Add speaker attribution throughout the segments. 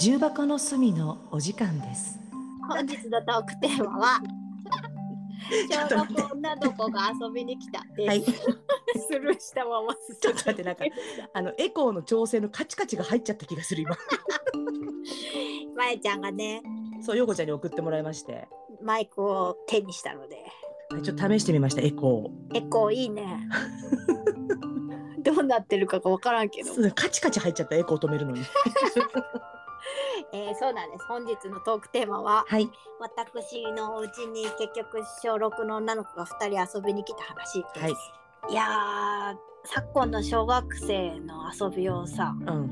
Speaker 1: 重箱の隅のお時間です。
Speaker 2: 本日のトークテーマ は小学校女の子が遊びに来たです、
Speaker 1: はい、ちょ
Speaker 2: スルーしたまま進
Speaker 1: っと待って、なんか、あのエコーの調整のカチカチが入っちゃった気がする、今。
Speaker 2: むまえちゃんがね
Speaker 1: そう、ようこちゃんに送ってもらいまして、
Speaker 2: マイクを手にしたので
Speaker 1: はいちょっと試してみました、エコ
Speaker 2: エコーいい ねどうなってるかがわからんけど、
Speaker 1: ー。カチカチ入っちゃった、エコー止めるのに。
Speaker 2: えー、そうなんです本日のトークテーマは
Speaker 1: はい、
Speaker 2: 私のお家に結局小6の女の子が2人遊びに来た話です、
Speaker 1: はい、
Speaker 2: いやー昨今の小学生の遊びをさ
Speaker 1: うん。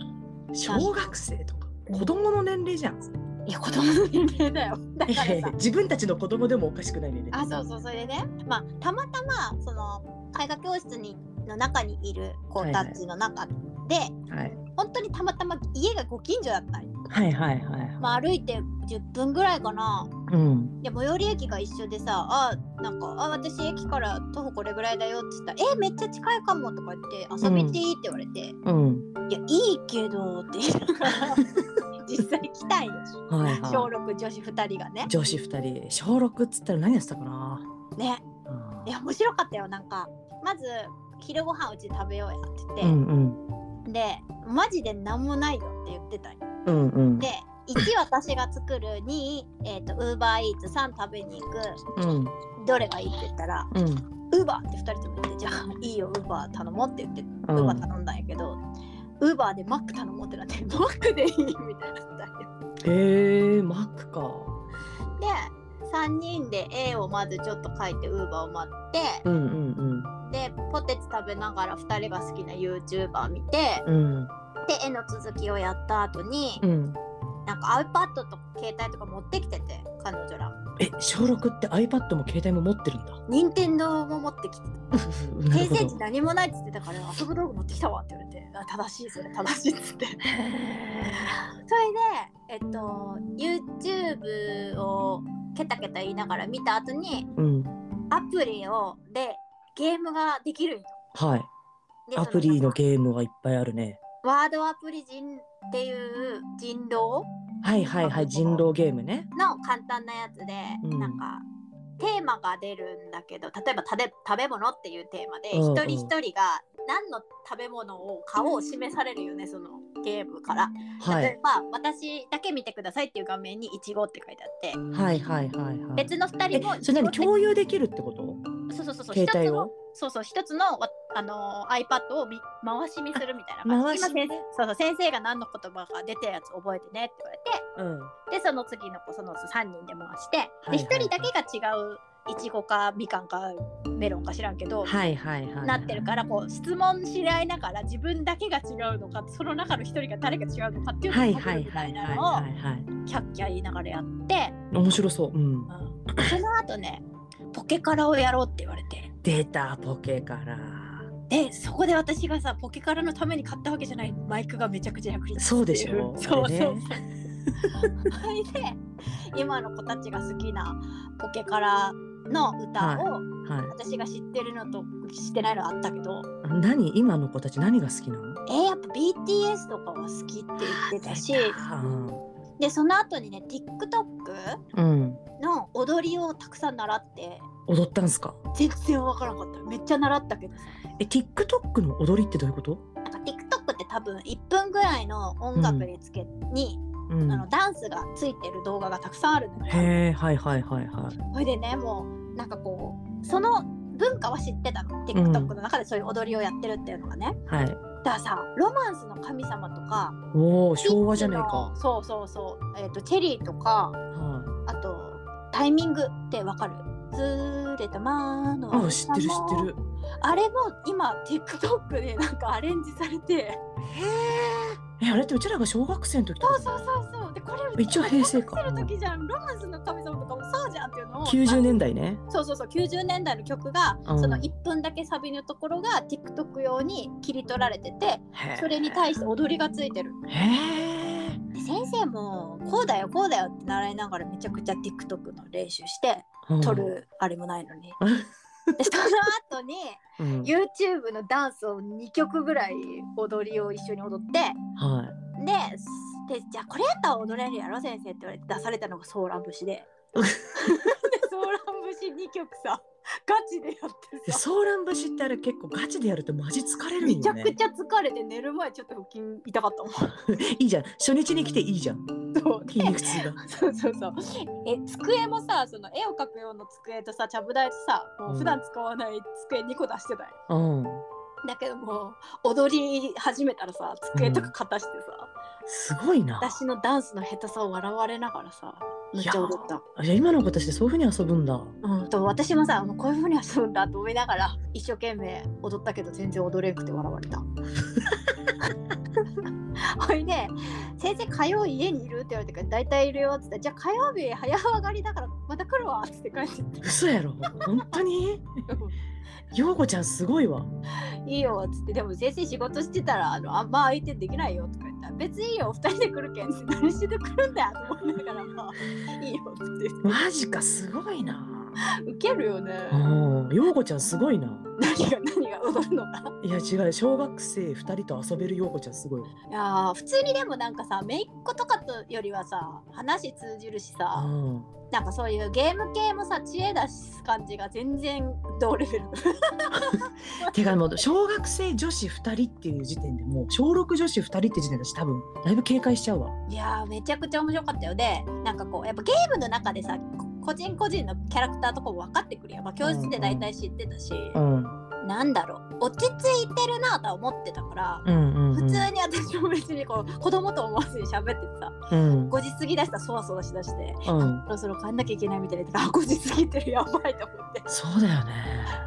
Speaker 1: 小学生とか、子供の年齢じゃん。
Speaker 2: いや子供の年齢だよだ
Speaker 1: い
Speaker 2: から
Speaker 1: やいやいや
Speaker 2: さ
Speaker 1: 自分たちの子供でもおかしくない年齢。
Speaker 2: あそうそうそれでねまあたまたまその絵画教室にの中にいる子たちの中で、
Speaker 1: はい、
Speaker 2: 本当にたまたま家がご近所だったり、
Speaker 1: はい、はい、は。
Speaker 2: まあ、歩いて10分ぐらいかない
Speaker 1: うん。
Speaker 2: で最寄り駅が一緒でさあなんかあ私駅から徒歩これぐらいだよって言ったら「えめっちゃ近いかも」とか言って「遊びに行っていい?」って言われて
Speaker 1: うん。
Speaker 2: 「いやいいけど」って言いなが ら実際来たんよ
Speaker 1: はい、
Speaker 2: 小
Speaker 1: は
Speaker 2: 6女子2人がね
Speaker 1: い。。女子二人、小六っつったら、何やってたかな。
Speaker 2: ね
Speaker 1: あ
Speaker 2: いや面白かったよなんかまず昼ご飯うちで食べようやって
Speaker 1: ー
Speaker 2: 言
Speaker 1: う
Speaker 2: っ
Speaker 1: ん、うん。
Speaker 2: て、でマジで何もないよって言ってたんよ
Speaker 1: うん、うん。
Speaker 2: で1私が作る2えっ、とウーバーイーツ3食べに行く
Speaker 1: うん、
Speaker 2: どれがいいって言ったら
Speaker 1: うん。
Speaker 2: ウーバーって2人とも言ってじゃあいいよウーバー頼もうって言ってウ
Speaker 1: う
Speaker 2: ーバ
Speaker 1: ん
Speaker 2: ー頼んだんやけど、ウーバーでマック頼もうってなってマックでいいみたいになったんよ
Speaker 1: へえマックか。
Speaker 2: で3人で A をまずちょっと書いてウーバーを待って
Speaker 1: うんうん
Speaker 2: でポテチ食べながら2人が好きな YouTuber 見て
Speaker 1: うん。うん
Speaker 2: で絵の続きをやった後に、
Speaker 1: うん。
Speaker 2: なんか iPad とか携帯とか持ってきてて彼女ら
Speaker 1: え、小六って iPad も携帯も持ってるんだ。
Speaker 2: 任天堂も持ってきて
Speaker 1: なる
Speaker 2: 先
Speaker 1: ほ
Speaker 2: 生時
Speaker 1: ど。
Speaker 2: 何もないっつってたから遊ぶ道具持ってきたわって言われてあ正しいそれ正しいっつって それでえっと YouTube をケタケタ言いながら見た後に
Speaker 1: うん。
Speaker 2: アプリをでゲームができるんよ
Speaker 1: はい。
Speaker 2: で
Speaker 1: アプリのゲームはいっぱいあるね。
Speaker 2: ワードアプリ人っていう人狼
Speaker 1: はいはいはい、人狼ゲームね。
Speaker 2: の簡単なやつで、
Speaker 1: うん
Speaker 2: なんかテーマが出るんだけど例えば食べ食べ物っていうテーマで、
Speaker 1: うんうん
Speaker 2: 一人一人が何の食べ物を買おう示されるよねそのゲームから。
Speaker 1: は
Speaker 2: 例
Speaker 1: い
Speaker 2: え。ば私だけ見てくださいっていう画面に「いちご」って書いてあって
Speaker 1: はいはいはいはい。
Speaker 2: 別の2人も
Speaker 1: え、それ何
Speaker 2: イチゴっ
Speaker 1: 共有できるってこと
Speaker 2: てそうそうそうそう一
Speaker 1: 携
Speaker 2: つ
Speaker 1: 帯
Speaker 2: の
Speaker 1: を
Speaker 2: そうそう一つのわあのー iPad をみ回し見するみたいな感
Speaker 1: 回
Speaker 2: じ
Speaker 1: し見
Speaker 2: 今先そうそう先生が何の言葉が出たやつ覚えてねって言われて
Speaker 1: うん。
Speaker 2: でその次の子その3人で回して、
Speaker 1: はいはいはい
Speaker 2: で1人だけが違ういちごかみかんかメロンか知らんけど、
Speaker 1: はいはいはい。
Speaker 2: なってるからこう質問し合いながら自分だけが違うのかその中の1人が誰が違うのかっていう
Speaker 1: はい
Speaker 2: のを
Speaker 1: は
Speaker 2: 探る
Speaker 1: い
Speaker 2: み
Speaker 1: は
Speaker 2: た
Speaker 1: いは
Speaker 2: い
Speaker 1: い
Speaker 2: なの
Speaker 1: はいはい。
Speaker 2: をキャッキャ言いながらやって、
Speaker 1: 面白そう。うん。
Speaker 2: うんその後ねポケカラをやろうって言われて
Speaker 1: 出たポケから。
Speaker 2: でそこで私がさポケカラのために買ったわけじゃないマイクがめちゃくちゃ役に立つ
Speaker 1: そうでしょ
Speaker 2: そう
Speaker 1: あれ
Speaker 2: そうそう
Speaker 1: ね。
Speaker 2: それで今の子たちが好きなポケカラの歌を
Speaker 1: は
Speaker 2: 私が知ってるのと知ってないのあったけど、
Speaker 1: い。何今の子たち何が好きなの
Speaker 2: えーやっぱ BTS とかは好きって言ってたし
Speaker 1: う
Speaker 2: でその後にね TikTok
Speaker 1: ん、
Speaker 2: の踊りをたくさん習って
Speaker 1: 踊ったんすか
Speaker 2: 全然わからんかっためっちゃ習ったけどさ
Speaker 1: え TikTok の踊りってどういうこと、
Speaker 2: なんか TikTok って多分1分ぐらいの音楽につけに、
Speaker 1: うん
Speaker 2: あのダンスがついてる動画がたくさんあるのよ。
Speaker 1: へえはいはいはいはい
Speaker 2: それでねもうなんかこうその文化は知ってたの TikTok の中でそういう踊りをやってるっていうのがね、
Speaker 1: はい
Speaker 2: だからさロマンスの神様とか
Speaker 1: おお昭和じゃねえ
Speaker 2: ピン
Speaker 1: か、
Speaker 2: クのそうそうそう、えー、とチェリーとか
Speaker 1: は
Speaker 2: あとタイミングってわかるずれたまーの
Speaker 1: い、あ知ってる知ってる
Speaker 2: あれも今 TikTok でなんかアレンジされてへ
Speaker 1: えあれってうちらが小学生の時と
Speaker 2: そ
Speaker 1: か
Speaker 2: うそうそうそうでこれ
Speaker 1: 一応平成か
Speaker 2: 小学生の時じゃんロマンスの神様とかもそうじゃんっていうのを
Speaker 1: 90年代ね
Speaker 2: そうそうそう90年代の曲が、
Speaker 1: うん
Speaker 2: その1分だけサビのところが TikTok 用に切り取られててそれに対して踊りがついてる
Speaker 1: へえ
Speaker 2: で先生もこうだよこうだよって習いながらめちゃくちゃ TikTok の練習して撮、るあれもないの にでその後に
Speaker 1: うんうん
Speaker 2: YouTube のダンスを2曲ぐらい踊りを一緒に踊って
Speaker 1: は
Speaker 2: ででじゃあこれやったら踊れるやろ先生って言われて出されたのがソーラン 節ででソーラン節2曲さガチでやって
Speaker 1: で
Speaker 2: さ
Speaker 1: ソーラン節ってあれ結構ガチでやるとマジ疲れる
Speaker 2: め
Speaker 1: ん
Speaker 2: ち
Speaker 1: よ
Speaker 2: ゃく
Speaker 1: ね
Speaker 2: ちゃ疲れて寝る前ちょっと腹筋痛かっ たもん
Speaker 1: いいじゃん初日に来ていいじゃん
Speaker 2: そう
Speaker 1: 筋肉痛が
Speaker 2: そうそうそう。え机もさその絵を描く用の机とさちゃぶ台とさもう普段使わない机2個出してたよ。
Speaker 1: うん
Speaker 2: だけどもう踊り始めたらさ机とか片してさ、
Speaker 1: すごいな
Speaker 2: 私のダンスの下手さを笑われながらさめっちゃ踊った。
Speaker 1: あじゃあ今の子たちでそういうふうに遊ぶんだ
Speaker 2: うん、と私もさもうこういうふうに遊ぶんだと思いながら一生懸命踊ったけど全然踊れんくて笑わ れた。ほいで「先生火曜家にいる?」って言われてから「大体いるよ」っつって「じゃあ火曜日早上がりだからまた来るわ」っつって帰ってって
Speaker 1: 嘘やろ本当に陽子ちゃんすごいわ
Speaker 2: 「いいよ」っつって「でも先生仕事してたらあのあんま相手できないよ」とか言ったら「別にいいよ二人で来るけん」って何して来るんだよと思いながらまあ「いいよ」っつって
Speaker 1: マジかすごいな
Speaker 2: ウケるよね
Speaker 1: うん陽子ちゃんすごいな
Speaker 2: 何が何が踊るのか
Speaker 1: いや違う小学生2人と遊べる陽子ちゃんすごいわ
Speaker 2: いやー普通にでもなんかさ姪っ子とかとよりはさ話通じるし
Speaker 1: う
Speaker 2: さ
Speaker 1: ん
Speaker 2: なんかそういうゲーム系もさ知恵出す感じが全然同レベル
Speaker 1: てかもう小学生女子2人っていう時点でもう小6女子2人って時点だし多分だいぶ警戒しちゃうわ
Speaker 2: いやーめちゃくちゃ面白かったよでなんかこうやっぱゲームの中でさこ個人個人のキャラクターとかも分かってくるやん、まあ、教室で大体知ってたし、
Speaker 1: ん
Speaker 2: なんだろう落ち着いてるなとは思ってたから、
Speaker 1: うんうん
Speaker 2: 普通に私も別にこう子供と思わずに喋っててさ
Speaker 1: うん
Speaker 2: 5時過ぎだしたらそわそわしだして
Speaker 1: うん
Speaker 2: そろそろ帰んなきゃいけないみたいなあ5時過ぎてるやばいと思って。
Speaker 1: そうだよね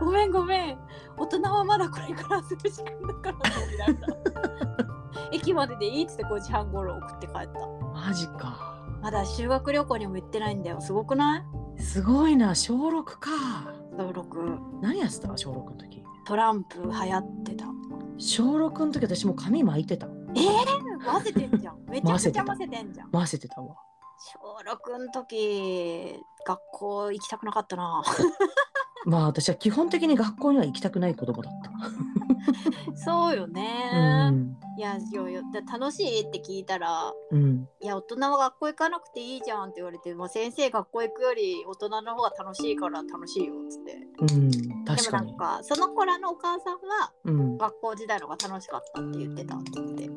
Speaker 2: ごめんごめん大人はまだこれから遊ぶ時間だからと思いながら駅まででいいっつって5時半頃送って帰った
Speaker 1: マジか
Speaker 2: まだ修学旅行にも行ってないんだよすごくない
Speaker 1: すごいな小6か
Speaker 2: 登録
Speaker 1: 何やってた小6の時
Speaker 2: トランプ流行ってた
Speaker 1: 小6の時私もう髪巻いてた
Speaker 2: えー、混ぜてん じゃんめちゃくちゃ混ぜてんじゃん
Speaker 1: 回せてたわ
Speaker 2: 小6の時学校行きたくなかったな
Speaker 1: まあ私は基本的に学校には行きたくない子供だっ
Speaker 2: そうよね、
Speaker 1: たうん
Speaker 2: いやよよだ楽しいって聞いたら
Speaker 1: うん
Speaker 2: いや大人は学校行かなくていいじゃんって言われて、まあ、先生学校行くより大人の方が楽しいから楽しいよっつって
Speaker 1: うん確
Speaker 2: で
Speaker 1: か
Speaker 2: もな
Speaker 1: に
Speaker 2: んかその子らのお母さんは
Speaker 1: うん
Speaker 2: 学校時代の方が楽しかったって言ってたって言って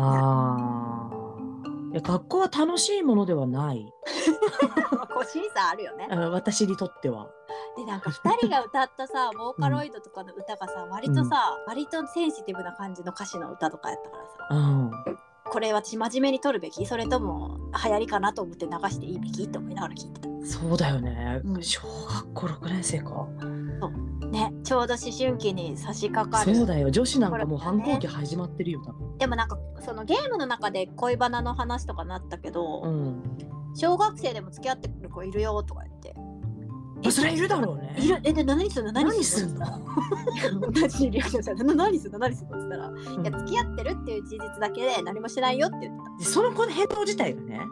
Speaker 1: あーいや学校は楽しいものではない
Speaker 2: まあ個人差あるよね
Speaker 1: あ私にとっては
Speaker 2: でなんか2人が歌ったさボーカロイドとかの歌がさ割とさ、割とセンシティブな感じの歌詞の歌とかやったからさ
Speaker 1: うん
Speaker 2: これ私真面目に撮るべきそれとも流行りかなと思って流していいべきと思いながら聞いてた
Speaker 1: そうだよね、
Speaker 2: うん
Speaker 1: 小学校6年生か
Speaker 2: ねちょうど思春期に差し掛かる
Speaker 1: そうだよ女子なんかもう
Speaker 2: これだね
Speaker 1: 反抗期始まってるよ多分
Speaker 2: でもなんかそのゲームの中で恋バナの話とかなったけ
Speaker 1: う
Speaker 2: ど、
Speaker 1: ん
Speaker 2: 小学生でも付き合ってくる子いるよとか言って。
Speaker 1: まあそれはいるだろうね
Speaker 2: いるえで何するの
Speaker 1: 何
Speaker 2: 何
Speaker 1: す
Speaker 2: す
Speaker 1: ん
Speaker 2: る
Speaker 1: の
Speaker 2: の同じリアクションしたな何するの何するのって言ったら、
Speaker 1: うん
Speaker 2: いや付き合ってるっていう事実だけで何もしないよって言って
Speaker 1: でその子の返答自体がね、
Speaker 2: ん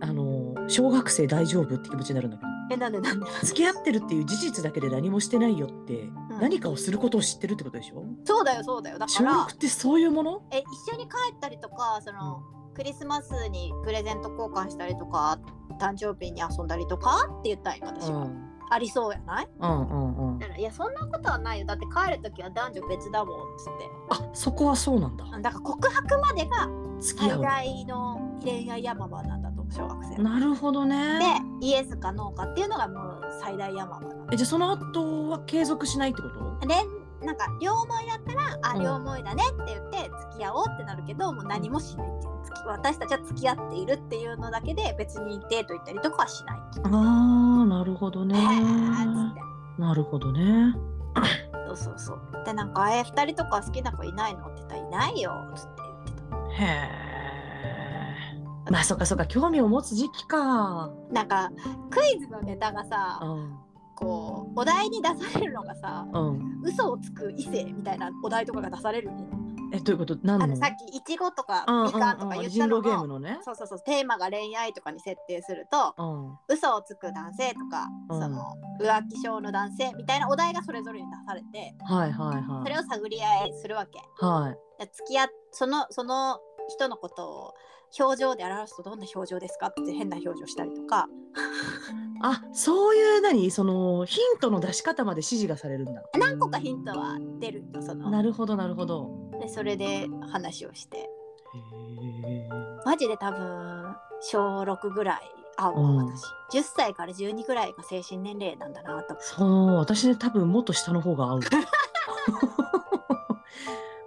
Speaker 1: あのー小学生大丈夫って気持ちになるんだけど
Speaker 2: たえなんでなんで
Speaker 1: 付き合ってるっていう事実だけで何もしてないよって、
Speaker 2: ん
Speaker 1: 何かをすることを知ってるってことでしょ
Speaker 2: そうだよそうだよだか
Speaker 1: 小
Speaker 2: ら
Speaker 1: 学ってそういうもの
Speaker 2: え一緒に帰ったりとかその、クリスマスにプレゼント交換したりとか誕生日に遊んだりとかって言ったんよ私は、
Speaker 1: ん
Speaker 2: ありそうやない
Speaker 1: うんうんうん
Speaker 2: だからいやそんなことはないよだって帰る時は男女別だもんっつって
Speaker 1: あそこはそうなんだ
Speaker 2: だから告白までが
Speaker 1: 付き合
Speaker 2: 最
Speaker 1: う
Speaker 2: 大の恋愛山場なんだと小学生の
Speaker 1: なるほどね
Speaker 2: でイエスかノーかっていうのがもう最大山場な
Speaker 1: えじゃあその後は継続しないってこと
Speaker 2: でなんか両思いだったら「あ
Speaker 1: うん
Speaker 2: 両思いだね」って言って付き合おうってなるけどもう何もしないっていう付き私たちは付き合っているっていうのだけで別にデート行ったりとかはしないっていう
Speaker 1: あーなるほどね
Speaker 2: へーっつって
Speaker 1: なるほどね
Speaker 2: そうそうそうでなんか「え二人とか好きな子いないの?」って言ったら「いないよ」っつって言ってた
Speaker 1: へえまあそっかそっか興味を持つ時期か
Speaker 2: なんかクイズのネタがさ
Speaker 1: うん
Speaker 2: こうお題に出されるのがさ
Speaker 1: うん
Speaker 2: 嘘をつく異性みたいなお題とかが出されるのよ
Speaker 1: えどういうこと何
Speaker 2: あ
Speaker 1: の
Speaker 2: のさっきいちごとか
Speaker 1: うんうんうん
Speaker 2: みかんとか言った
Speaker 1: 人
Speaker 2: の
Speaker 1: 狼ゲー
Speaker 2: も
Speaker 1: ムのね
Speaker 2: そうそうそうテーマが恋愛とかに設定すると
Speaker 1: うん
Speaker 2: 嘘をつく男性とか、
Speaker 1: うん
Speaker 2: その浮気症の男性みたいなお題がそれぞれに出されて
Speaker 1: はいはい
Speaker 2: それ
Speaker 1: は
Speaker 2: を探り合いするわけ
Speaker 1: いはい
Speaker 2: でじゃあ付き合っそのその人のことを表情で表すとどんな表情ですかって変な表情したりとか
Speaker 1: あそういう何そのヒントの出し方まで指示がされるんだ
Speaker 2: 何個かヒントは出るよそ
Speaker 1: な
Speaker 2: の
Speaker 1: るほどなるほど
Speaker 2: でそれで話をして
Speaker 1: へえ
Speaker 2: マジで多分小6ぐらいあ
Speaker 1: うん
Speaker 2: 私、10歳から12ぐらいが精神年齢なんだなと
Speaker 1: そう私ね多分もっと下の方が 合う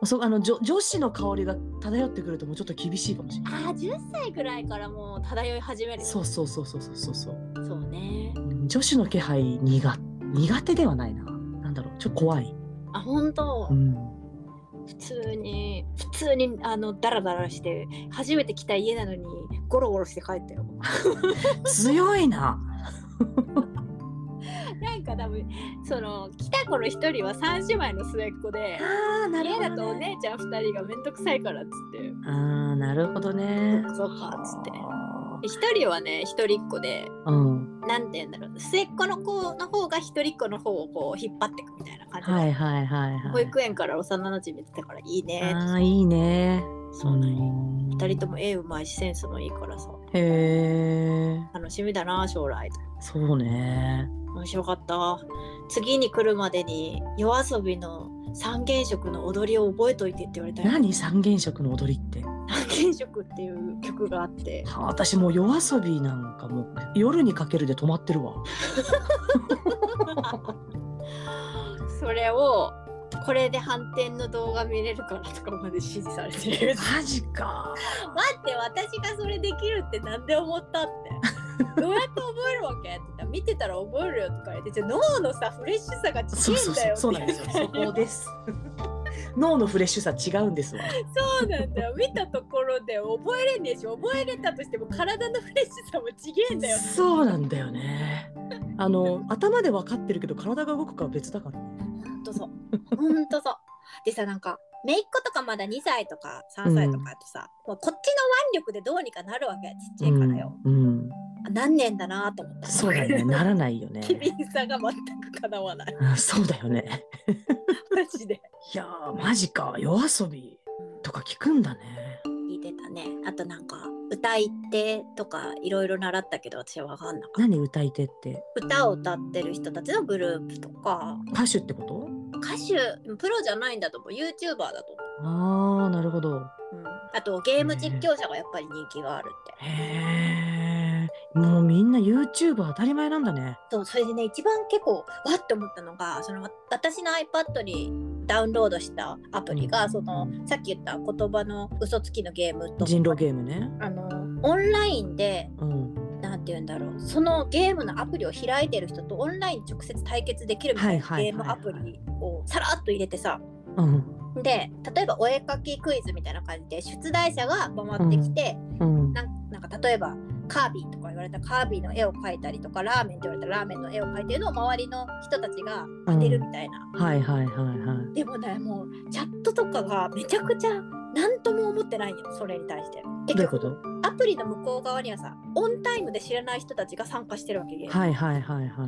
Speaker 1: そうあの女女子の香りが漂ってくるともうちょっと厳しいかもしれない
Speaker 2: ああ10歳ぐらいからもう漂い始める
Speaker 1: そうそうそうそうそうそうそう
Speaker 2: そうね
Speaker 1: うん女子の気配苦苦手ではないななんだろうちょっと怖い、
Speaker 2: あ本当、
Speaker 1: うん、
Speaker 2: 普通に普通にあのダラダラして初めて来た家なのにゴロゴロして帰ったよ
Speaker 1: 強いな
Speaker 2: なんか多分その来た頃一人は3姉妹の末っ子で
Speaker 1: あーな
Speaker 2: 家だとお
Speaker 1: ね
Speaker 2: 姉ちゃん2人がめんどくさいからっつって
Speaker 1: あーなるほどね
Speaker 2: そうかっつって1人はね一人っ子で
Speaker 1: うん
Speaker 2: なんて言うんだろう末っ子の子の方が一人っ子の方をこう引っ張っていくみたいな感じで、
Speaker 1: はいはいはい
Speaker 2: 保
Speaker 1: はい
Speaker 2: 育園から幼なじみやってたからいいね
Speaker 1: あーいいね
Speaker 2: そうなんよ
Speaker 1: ん
Speaker 2: 2人とも絵うまいしセンスもいいからさ
Speaker 1: へえ
Speaker 2: 楽しみだな将来
Speaker 1: そうね
Speaker 2: 面白かった次に来るまでに夜遊びの三原色の踊りを覚えといてって言われたよ
Speaker 1: 何三原色の踊りって
Speaker 2: 三原色っていう曲があって
Speaker 1: はあ私もう夜遊びなんかもう夜にかけるで止まってるわ
Speaker 2: それをこれで反転の動画見れるからとかまで指示されてる
Speaker 1: マジか
Speaker 2: 待って私がそれできるってなんで思ったって どうやって覚えるわけって言ったら見てたら覚えるよとか言ってじゃあ脳のさフレッシュさが違
Speaker 1: そう
Speaker 2: え
Speaker 1: そう
Speaker 2: んだ
Speaker 1: そ
Speaker 2: よ
Speaker 1: うそうなんですよそこです脳のフレッシュさ違うんですわ
Speaker 2: そうなんだよ見たところで覚えれんでしょ覚えれたとしても体のフレッシュさもちげえんだよ
Speaker 1: そうなんだよねあの頭で分かってるけど体が動くかは別だからね
Speaker 2: ほんとそうほんとそうでさなんか姪っ子とかまだ2歳とか3歳とかってさ、もうこっちの腕力でどうにかなるわけちっちゃいからよ、
Speaker 1: うん、うん、
Speaker 2: あ何年だなと思った
Speaker 1: そうだよね ならないよね
Speaker 2: 機敏さが全くかなわない
Speaker 1: あそうだよね
Speaker 2: マジで
Speaker 1: いやーマジか夜遊びとか聞くんだね
Speaker 2: 聞いてたねあとなんか歌い手とかいろいろ習ったけど私は分かんなかっ
Speaker 1: 何歌い手って
Speaker 2: た歌を歌ってる人たちのグループとか
Speaker 1: 歌手ってこと
Speaker 2: 歌手プロじゃないんだと思う YouTuber だと思
Speaker 1: ああなるほど
Speaker 2: う、うん、あとゲーム実況者がやっぱり人気があるって
Speaker 1: へえ、もうみんな YouTuber 当たり前なんだね。
Speaker 2: そうそれでね一番結構わっと思ったのがそのわ私の iPad にダウンロードしたアプリがそのさっき言った言葉の嘘つきのゲームと
Speaker 1: 人狼ゲームね。
Speaker 2: あのオンラインで
Speaker 1: うん。
Speaker 2: なんて言うんだろうそのゲームのアプリを開いてる人とオンライン直接対決できるみたいな
Speaker 1: はいは
Speaker 2: ゲ
Speaker 1: い
Speaker 2: ー
Speaker 1: はいは
Speaker 2: ム
Speaker 1: い
Speaker 2: アプリをさらっと入れてさ
Speaker 1: うん。
Speaker 2: で例えばお絵かきクイズみたいな感じで出題者が回ってきて、
Speaker 1: うん。
Speaker 2: なんなんか例えばカービィとか言われたらカービィの絵を描いたりとかラーメンって言われたらラーメンの絵を描いてるのを周りの人たちが当てるみたいな、
Speaker 1: はいはいはいはい。
Speaker 2: でもねもうチャットとかがめちゃくちゃ何とも思ってないよそれに対して
Speaker 1: どう
Speaker 2: 結
Speaker 1: いうこ
Speaker 2: 局
Speaker 1: と
Speaker 2: アプリの向こう側にはさオンタイムで知らない人たちが参加してるわけで、
Speaker 1: はいはいはいはいは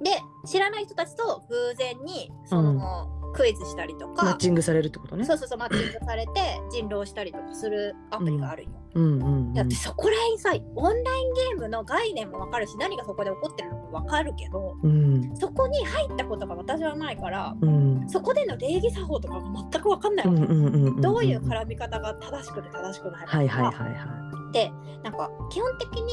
Speaker 1: い。
Speaker 2: で知らない人たちと偶然にその、クイズしたりと
Speaker 1: マッ
Speaker 2: か、
Speaker 1: チングされるってことね。
Speaker 2: そうそうそうマッチングされて人狼したりとかするアプリがあるよ、
Speaker 1: うんうん、うん
Speaker 2: だってそこらへんさオンラインゲームの概念もわかるし何がそこで起こってるのもわかるけど
Speaker 1: うん。
Speaker 2: そこに入ったことが私はないから
Speaker 1: うん。
Speaker 2: そこでの礼儀作法とかが全くわかんないわ
Speaker 1: うん
Speaker 2: け、
Speaker 1: うんうんうん。
Speaker 2: どういう絡み方が正しくて正しくないのか
Speaker 1: はいはいはいは
Speaker 2: でなんか基本的に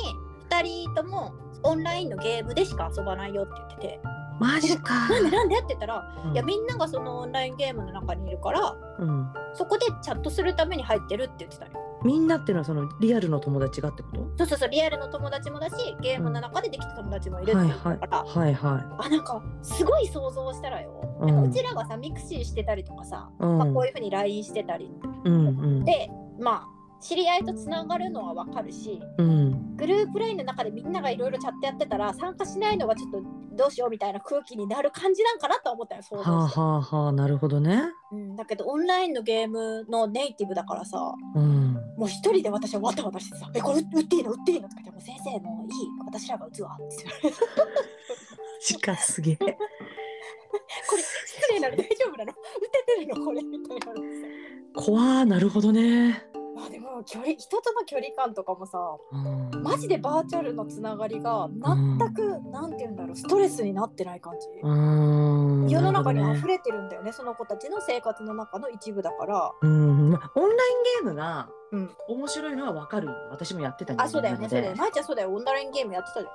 Speaker 2: 2人ともオンラインのゲームでしか遊ばないよって言ってて
Speaker 1: い。マジか。
Speaker 2: なんでなんでって言ったら
Speaker 1: うん
Speaker 2: いやみんながそのオンラインゲームの中にいるから
Speaker 1: うん。
Speaker 2: そこでチャットするために入ってるって言ってたよ
Speaker 1: みんなっていうのはそのリアルの友達がってこと
Speaker 2: そうそうそうリアルの友達もだしゲームの中でできた友達もいるって
Speaker 1: は
Speaker 2: 言
Speaker 1: い
Speaker 2: ってた
Speaker 1: は
Speaker 2: から、
Speaker 1: い。はいは
Speaker 2: あなんかすごい想像したらよ、
Speaker 1: うん
Speaker 2: なんかうちらがさミクシーしてたりとかさ、
Speaker 1: い。うん。
Speaker 2: まあ、こういうふうに LINE してたり
Speaker 1: うんうん。
Speaker 2: でまあ知り合いとつながるのはわかるし
Speaker 1: うん。
Speaker 2: グループ LINE の中でみんながいろいろチャットやってたら参加しないのがちょっとどうしようみたいな空気になる感じなんかなとは思ったよ想
Speaker 1: は
Speaker 2: 像
Speaker 1: あ
Speaker 2: して、
Speaker 1: はあはあ、なるほどね。
Speaker 2: うん、だけどオンラインのゲームのネイティブだからさ
Speaker 1: うん。
Speaker 2: もう一人で私はわたわたしてさ「えこれ打っていいの打っていいの?」とか言って「もう先生もういい私らが打つわ」って言 われて
Speaker 1: しかす げえ。
Speaker 2: これ失礼なの大丈夫なの打ててるのこれ」みたいなのさ
Speaker 1: こ怖ーなるほどね、
Speaker 2: まあでも距離人との距離感とかもさ
Speaker 1: うん、
Speaker 2: マジでバーチャルのつながりが全く、なんて言うんだろうストレスになってない感じ、
Speaker 1: うん
Speaker 2: 世の
Speaker 1: なるほど
Speaker 2: 中に
Speaker 1: ね
Speaker 2: 溢れてるんだよねその子たちの生活の中の一部だから
Speaker 1: うん、まあオンラインゲームが
Speaker 2: うん
Speaker 1: 面白いのはわかるよ。私もやってたん
Speaker 2: あそうだよねそうだよね
Speaker 1: で
Speaker 2: まいちゃんそうだよオンラインゲームやってたじゃん